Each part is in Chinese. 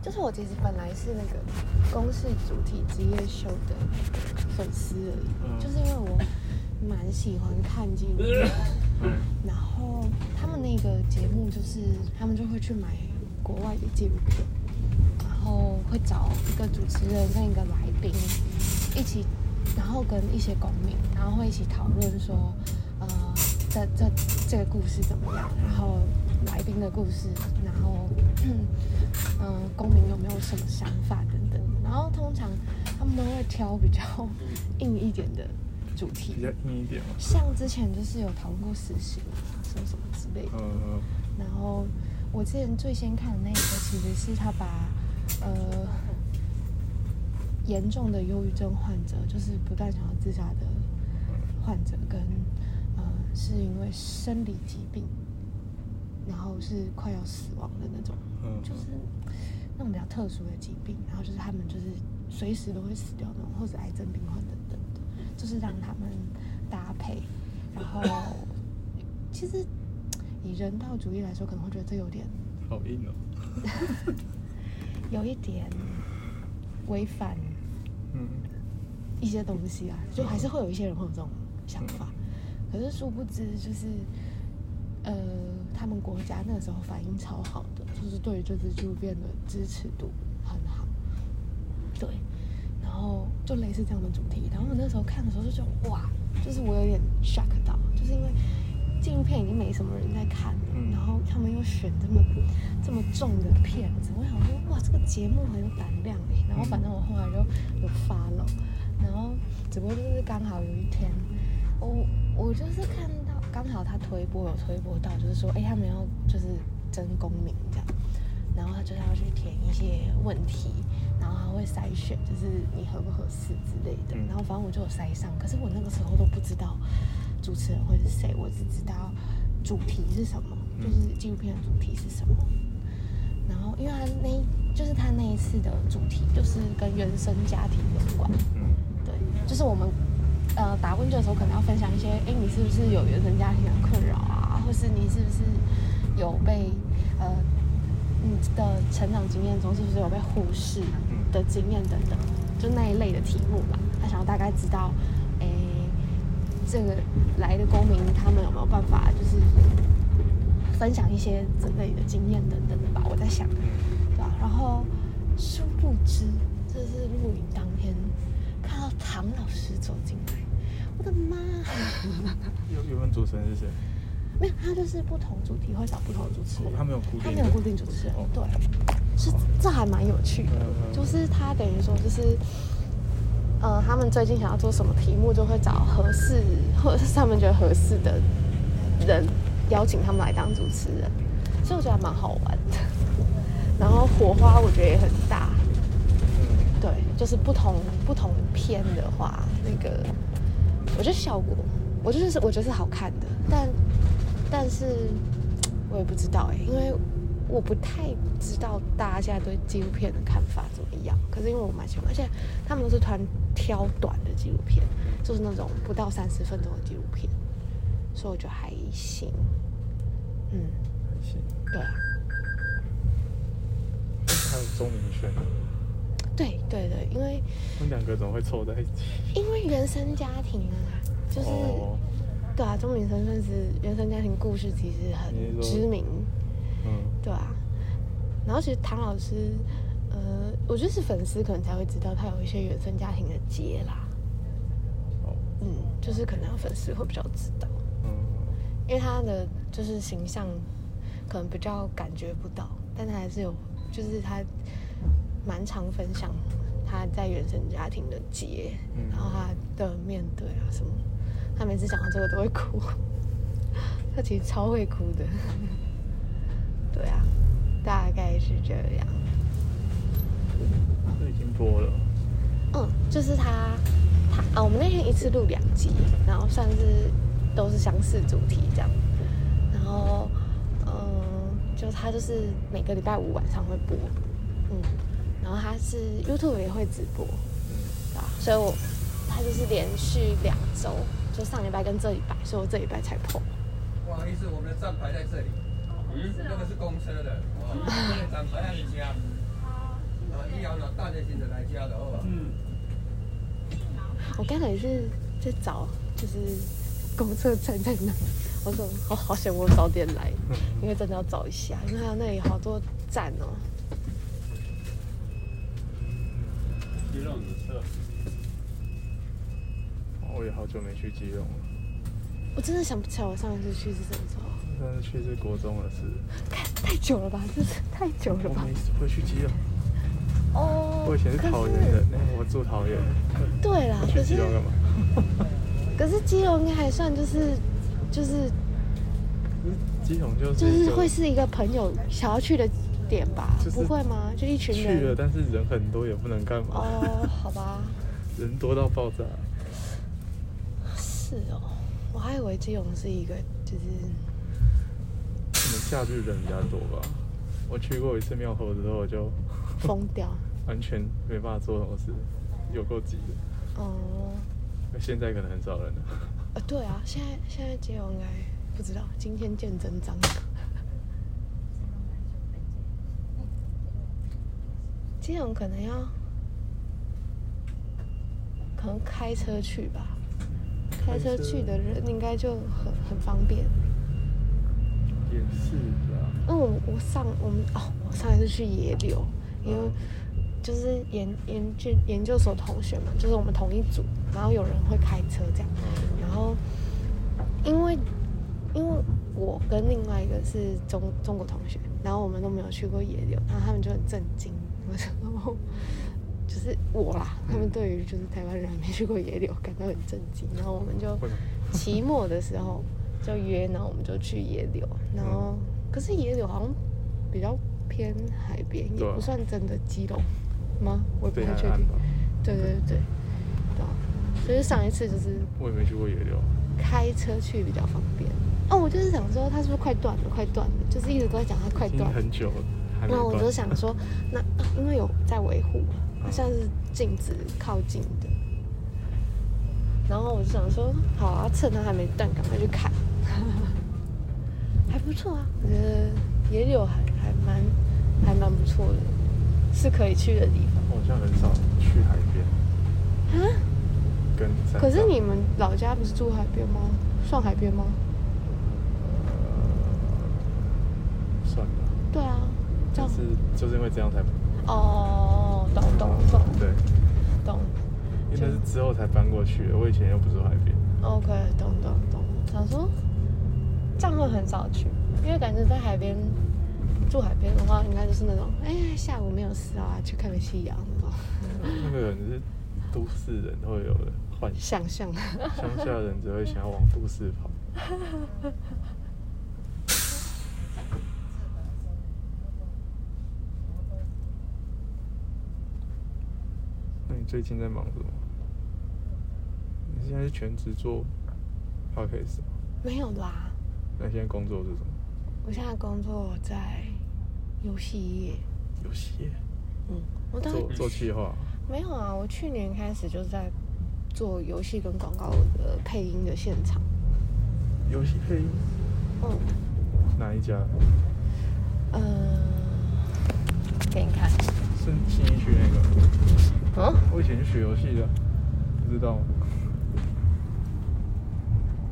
就是我其实本来是那个公式主题职业秀的粉丝而已，嗯就是因为我蛮喜欢看镜头，嗯然后他们那个节目就是他们就会去买国外的纪录片，然后会找一个主持人跟一个来宾一起，然后跟一些公民，然后会一起讨论说，呃，这这这个故事怎么样，然后来宾的故事，然后嗯、呃公民有没有什么想法等等，然后通常他们都会挑比较 硬一点的主题，比较硬一点嘛。像之前就是有讨论过死刑啊，什么什么之类的。呃，然后我之前最先看的那一个，其实是他把呃严重的忧郁症患者，就是不断想要自杀的患者，跟呃是因为生理疾病，然后是快要死亡的那种，嗯就是那种比较特殊的疾病，然后就是他们就是随时都会死掉那种，或者癌症病患等等的，就是让他们搭配，然后其实以人道主义来说，可能会觉得这有点好硬哦。有一点违反嗯一些东西啊，就还是会有一些人会有这种想法。可是殊不知，就是呃，他们国家那个时候反应超好的，就是对于这支纪录片的支持度很好。对，然后就类似这样的主题。然后我那时候看的时候就觉得哇，就是我有点 shock 到，就是因为纪录片已经没什么人在看了，嗯然后他们又选这么这么重的片子，我想说哇，这个节目很有胆量哎。然后反正我后来就有发了，然后只不过就是刚好有一天，我我就是看到刚好他推播有推播到，就是说哎、他们要就是争公民这样。然后他哦就是要去填一些问题，然后他会筛选，就是你合不合适之类的。嗯然后反正我就有筛上，可是我那个时候都不知道主持人会是谁，我只知道主题是什么，就是纪录片的主题是什么。然后因为他那一就是他那一次的主题就是跟原生家庭有关，嗯对，就是我们呃打问卷的时候，可能要分享一些，哎，你是不是有原生家庭的困扰啊，或是你是不是有被呃你的成长经验中是不是有被忽视的经验等等，就那一类的题目吧。他想要大概知道，哎，这个来的公民他们有没有办法就是分享一些这类的经验等等的吧。我在想，对吧、然后殊不知，这是录影当天看到唐老师走进来，我的妈！有有问主持人是谁？没有，他就是不同主题会找不同的主持人哦，他没有固定的他没有固定主持人哦，对，是这还蛮有趣的嗯嗯，就是他等于说就是。呃，他们最近想要做什么题目，就会找合适，或者是他们觉得合适的人邀请他们来当主持人，所以我觉得还蛮好玩的。然后火花我觉得也很大，嗯对，就是不同不同片的话，那个我觉得效果，我就是我觉得是好看的，但但是我也不知道哎、因为我不太知道大家现在对纪录片的看法怎么样。可是因为我蛮喜欢，而且他们都是团挑短的纪录片，就是那种不到三十分钟的纪录片，所以我觉得还行。嗯，还行。对啊，还有钟明轩，对对对，因为他们两个怎么会凑在一起？因为原生家庭啊，就是。哦，对啊，钟明生算是原生家庭故事，其实你很是说知名，嗯对啊。然后其实唐老师，呃，我觉得是粉丝可能才会知道他有一些原生家庭的结啦，哦嗯，就是可能粉丝会比较知道，嗯因为他的就是形象可能比较感觉不到，但他还是有，就是他蛮常分享他在原生家庭的结，嗯然后他的面对啊什么，他每次讲到这个都会哭，他其实超会哭的。 对啊，大概是这样。这已经播了。嗯，就是他，他啊，我们那天一次录两集，然后算是都是相似主题这样。然后，嗯，就他就是每个礼拜五晚上会播，嗯，然后他是 YouTube 也会直播，嗯对吧、所以我他就是连续两周，就上礼拜跟这礼拜，所以我这礼拜才破。不好意思，我们的站牌在这里。嗯，那个是公车的，哦，那个站牌在你家。家了，大家现在来家了，好吧？嗯，我刚才也是在找，就是公厕站在哪。我说好好险，我早点来，因为真的要找一下，因为还有那里好多站哦。肌肉你测，哦我也好久没去基隆了，我真的想不起来我上一次去是什么时候，但是去是国中 的事。太太久了吧，真是太久了我吧没。回去基隆，哦，我以前是桃园人呢、我住桃园，可是对啦，去可基是隆干嘛？可是基隆应该还算就是就是嗯基隆就是就是会是一个朋友想要去的点吧，就是不会吗？就一群去了，人。但是人很多也不能干嘛，哦，好吧， 人多到爆炸。是哦，我还以为基隆是一个就是。可能夏日人比较多吧。我去过一次庙口之后，我就疯掉。完全没办法做什么事，有够挤的。哦、现在可能很少人了。呃，对啊，现在现在基隆应该不知道，今天见真章。基隆可能要，可能开车去吧，开车去的人应该就很很方便。也是啦，因为我我上我们哦，我上一次去野柳，因为就是研研究研究所同学嘛，就是我们同一组，然后有人会开车这样，嗯然后因为因为我跟另外一个是中中国同学，然后我们都没有去过野柳，然后他们就很震惊，我说 哦就是我啦，他们对于就是台湾人没去过野柳感到很震惊，然后我们就会吗期末的时候就约，然后我们就去野柳，然后、嗯可是野柳好像比较偏海边，也对啊不算真的基隆吗？我也不对太岸确岸定吧。，对对对对，对啊所以上一次就是我也没去过野柳。开车去比较方便。哦，我就是想说，它是不是快断了？快断了，就是一直跟我讲它快已经断了。很久了，还没那我断就想说，那、啊因为有在维护嘛，它现在是禁止靠近的。然后我就想说，好啊，趁它还没断，赶快去看， 还不错啊，我觉得野柳还还蛮还蛮不错的，是可以去的地方。我好像很少去海边啊，跟山上。可是你们老家不是住海边吗？算海边吗？呃算了，对啊，这就样是就是因为这样才哦，懂懂懂对，懂因为那是之后才搬过去的。我以前又不住海边， ，OK，懂懂懂。想说这样会很少去，因为感觉在海边住海边的话，应该就是那种哎、下午没有事啊，去看个夕阳那种那个人是都市人会有的幻想，想 象。乡下人只会想要往都市跑。那你最近在忙什么？你现在是全职做 podcast 吗？没有啦，那你现在工作是什么？我现在工作在游戏业，游戏业嗯，我当做做企划，没有啊，我去年开始就是在做游戏跟广告的配音的现场，游戏配音嗯。哪一家？嗯，给你看。是新一区那个。嗯，我以前是学游戏的，不知道吗。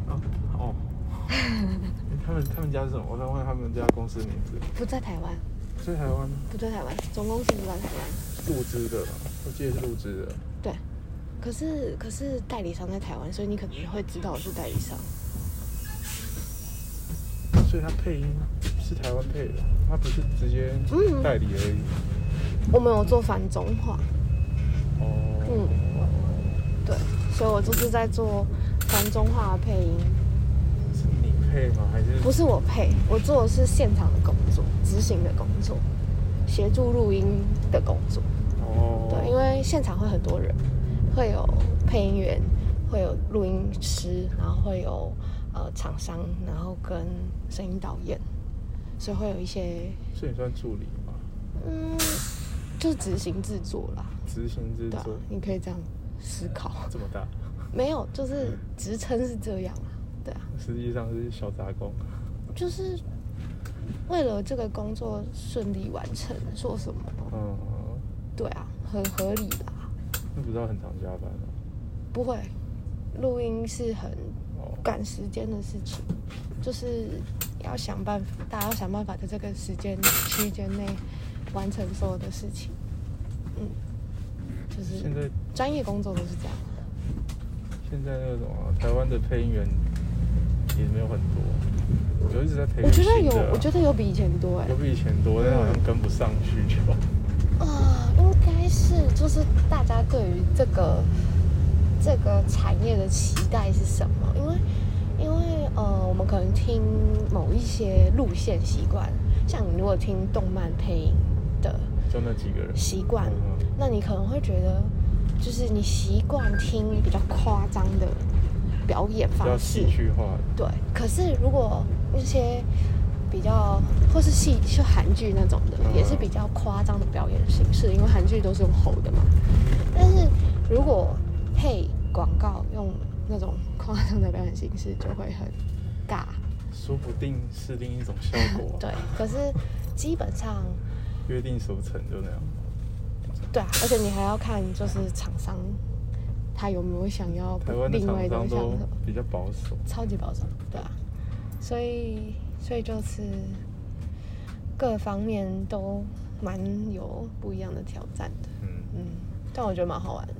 啊哦， 诶他们他们家是什么？我想问他们家公司名字。不在台湾，在台湾不在台湾，总公司不在台湾。录制的，我记得是录制的。对，可是可是代理商在台湾，所以你可能会知道我是代理商。所以他配音是台湾配的，他不是直接嗯代理而已。我们有做反中化，哦，嗯对，所以我就是在做反中化的配音，是你配吗？还是不是我配，我做的是现场的工作，执行的工作，协助录音的工作。哦，对，因为现场会很多人，会有配音员，会有录音师，然后会有呃厂商，然后跟声音导演，所以会有一些所以你算助理嘛，嗯，就是执行制作啦，执行制对、啊作，你可以这样思考，这么大，没有，就是职称是这样啦，对啊，实际上是小杂工。就是为了这个工作顺利完成，做什么嗯，对啊，很合理啦，那不知道很常加班啊。不会，录音是很哦，赶时间的事情，就是要想办法，大家要想办法在这个时间区间内完成所有的事情。嗯，就是现在专业工作都是这样。现在那个什么，台湾的配音员也没有很多，有一直在培我育觉新得的啊。有，我觉得有比以前多哎、有比以前多，但好像跟不上需求。啊、应该是就是大家对于这个这个产业的期待是什么？因为因为呃，我们可能听某一些路线习惯，像你如果听动漫配音的就那几个人。习惯嗯，那你可能会觉得，就是你习惯听比较夸张的表演比较方式戏，剧化的，对，可是如果那些比较或是戏就韩剧那种的，嗯也是比较夸张的表演形式，因为韩剧都是用吼的嘛。但是如果配广告用那种 夸张的表演形式，就会很尬。说不定是另一种效果、啊。对，，可是基本上约定俗成就那样。对啊，而且你还要看就是厂商他有没有想要台湾的另外厂一种商想都法。比较保守，超级保守，对啊，所以所以就是各方面都蛮有不一样的挑战的，嗯，嗯，但我觉得蛮好玩的，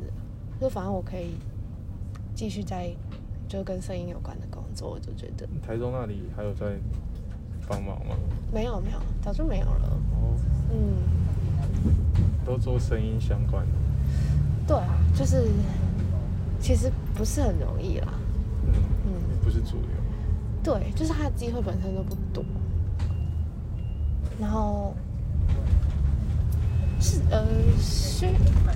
就反正我可以继续在就跟声音有关的工作，我就觉得台中那里还有在帮忙吗？没有没有，早就没有了，哦，嗯，都做声音相关的，对啊，就是其实不是很容易啦，嗯，嗯不是主流，对，就是他的机会本身都不多，然后是呃需呃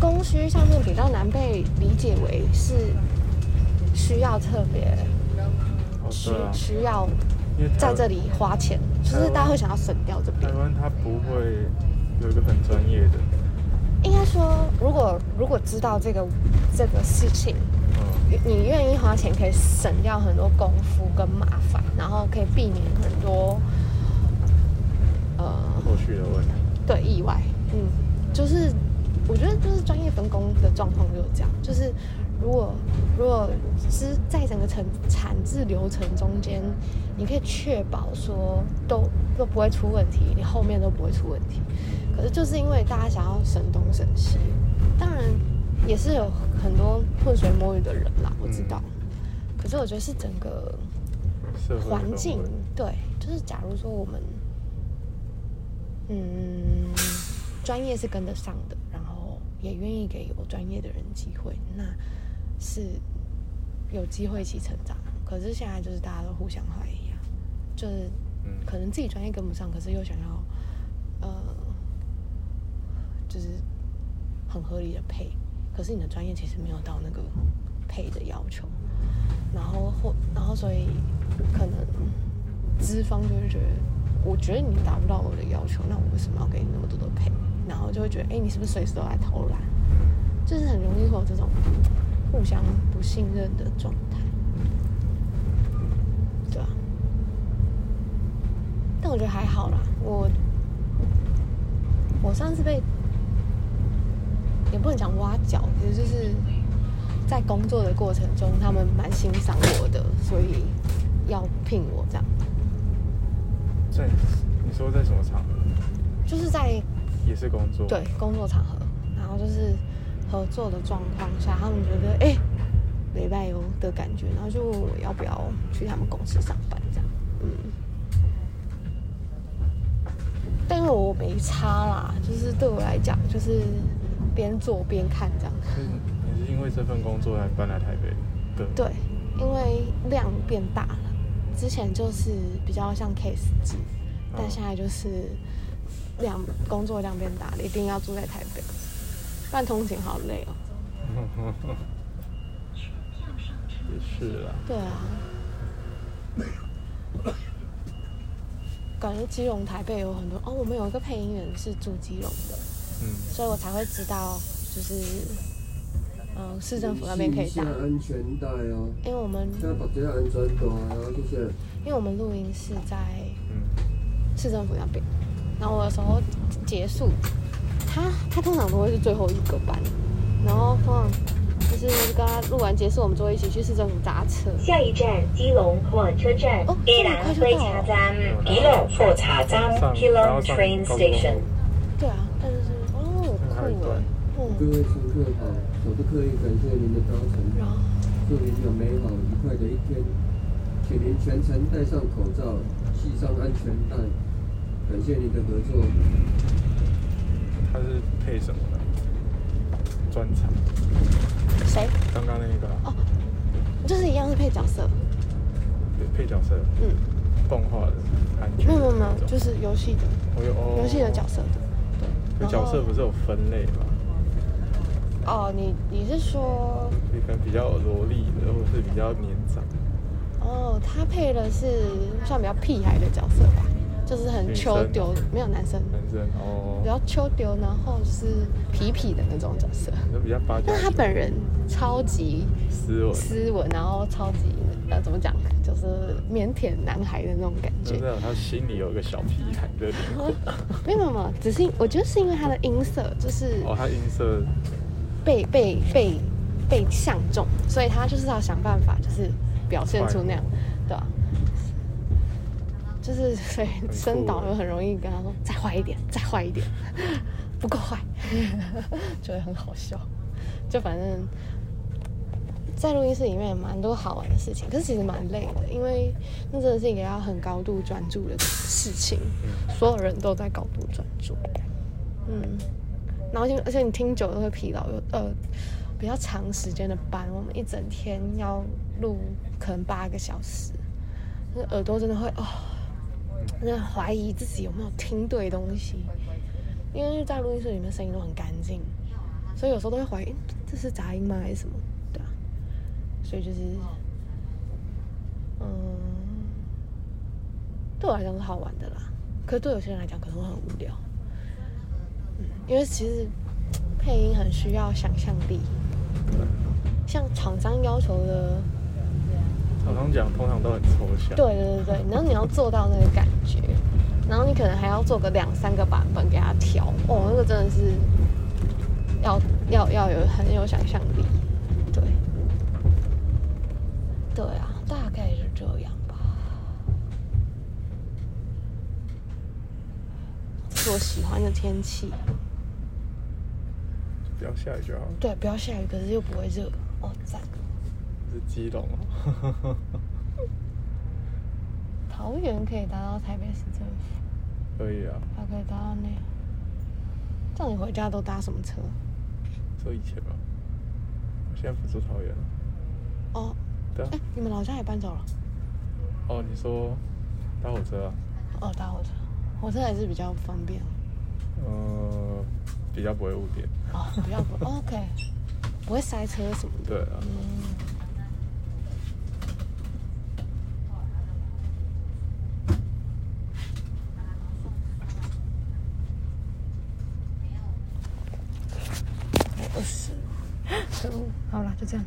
供需上面比较难被理解为是需要特别哦，需、对啊，啊需要因为台在湾这里花钱，就是大家会想要省掉这边台。湾它不会有一个很专业的，应该说，如果如果知道这个这个事情，嗯，你愿意花钱，可以省掉很多功夫跟麻烦，然后可以避免很多呃后续的问题，对意外，嗯，就是我觉得就是专业分工的状况就是这样，就是如果如果是在整个产产制流程中间，你可以确保说都都不会出问题，你后面都不会出问题。可是就是因为大家想要省东省西，当然也是有很多浑水摸鱼的人啦，我知道。可是我觉得是整个社会的环境氛围，对，就是假如说我们，嗯，专业是跟得上的，然后也愿意给有专业的人机会，那是有机会一起成长。可是现在就是大家都互相怀疑啊，就是嗯可能自己专业跟不上，可是又想要，呃，就是很合理的配，可是你的专业其实没有到那个配的要求，然后或然后所以可能资方就会觉得，我觉得你达不到我的要求，那我为什么要给你那么多的配？然后就会觉得，哎、你是不是随时都来偷懒？就是很容易会有这种互相不信任的状态，对啊。但我觉得还好啦，我我上次被也不能讲挖角，也就是在工作的过程中，他们蛮欣赏我的，所以要聘我这样，在你说在什么场合？就是在也是工作，对，工作场合，然后就是合作的状况下，他们觉得哎，没拜哦的感觉，然后就问我要不要去他们公司上班这样，嗯。但因为我没差啦，就是对我来讲，就是边做边看这样。是你是因为这份工作才搬来台北的，对，因为量变大了，之前就是比较像 case 制，但嗯现在就是量工作量变大了，一定要住在台北，不然通勤好累哦。也是啦，对啊，感觉基隆、台北有很多哦。我们有一个配音员是住基隆的，嗯，所以我才会知道，就是嗯、市政府那边可以打系，安全带哦，因为我们现在绑这些安全带，然后这些因为我们录音是在嗯市政府那边，然后我有时候结束他他通常都会是最后一个班，然后通常就是跟他录完结束，我们就会一起去市政府搭车。下一站基隆火车站哦，基这隆么快就火到了车站，基隆火车站，嗯上基然隆后上 train 高速公 station 路。，对啊，但是是哦，那还有一酷段哎，各嗯，位乘客好，首都客运感谢您的搭乘，然后祝您有美好愉快的一天，请您全程戴上口罩，系上安全带，感谢您的合作。它是配什么的？专场，谁？刚刚那个啊哦，就是一样是配角色，配角色，嗯，动画的安全没有的那种，没有没有，就是游戏的我有哦，游戏的角色的。可角色不是有分类吗？哦，你你是说就可能比较萝莉的，或者是比较年长，哦，他配的是算比较屁孩的角色吧，就是很女秋生丢，没有男生，男生比哦，较秋丢，然后是痞痞的那种角色。那比较八加但是他九本人超级斯文，斯文，然后超级呃怎么讲，就是腼腆男孩的那种感觉真。的，他心里有一个小屁孩的灵魂。没有没有没有，只是因我觉得是因为他的音色就是哦，他音色被被被被相中，所以他就是要想办法，就是表现出那样，对啊吧、就是 所以酷生导欸游很容易跟他说再坏一点，再坏一点， 不够 坏，就会很好笑。就反正，在录音室里面也蛮多好玩的事情，可是其实蛮累的，因为那真的是一个要很高度专注的事情，嗯所有人都在高度专注。嗯，然后就而且你听久了会疲劳，有呃比较长时间的班，我们一整天要录可能八个小时，那耳朵真的会哦，真的怀疑自己有没有听对东西，因为在录音室里面声音都很干净，所以有时候都会怀疑嗯这是杂音吗还是什么，对啊，所以就是嗯，对我来讲是好玩的啦，可是对有些人来讲可能会很无聊。嗯因为其实配音很需要想象力，像厂商要求的，常常讲，通常都很抽象。对对对对，然后你要做到那个感觉，然后你可能还要做个两三个版本给他调，哦，那个真的是要要要有很有想象力，对，对啊，大概是这样吧。这是我喜欢的天气。不要下雨就好。对，不要下雨，可是又不会热，哦，赞。是基隆哦，桃园可以达到台北市政府， 可以啊。还可以达到那。这样你回家都搭什么车？坐以前吧，我现在不住桃园了。哦，对啊哎、，你们老家也搬走了？哦，你说搭火车啊？哦，搭火车，火车还是比较方便。呃，比较不会误点。哦，比较不、哦、OK，不会塞车什么的。对啊，嗯。哦 我二十，好啦，就这样。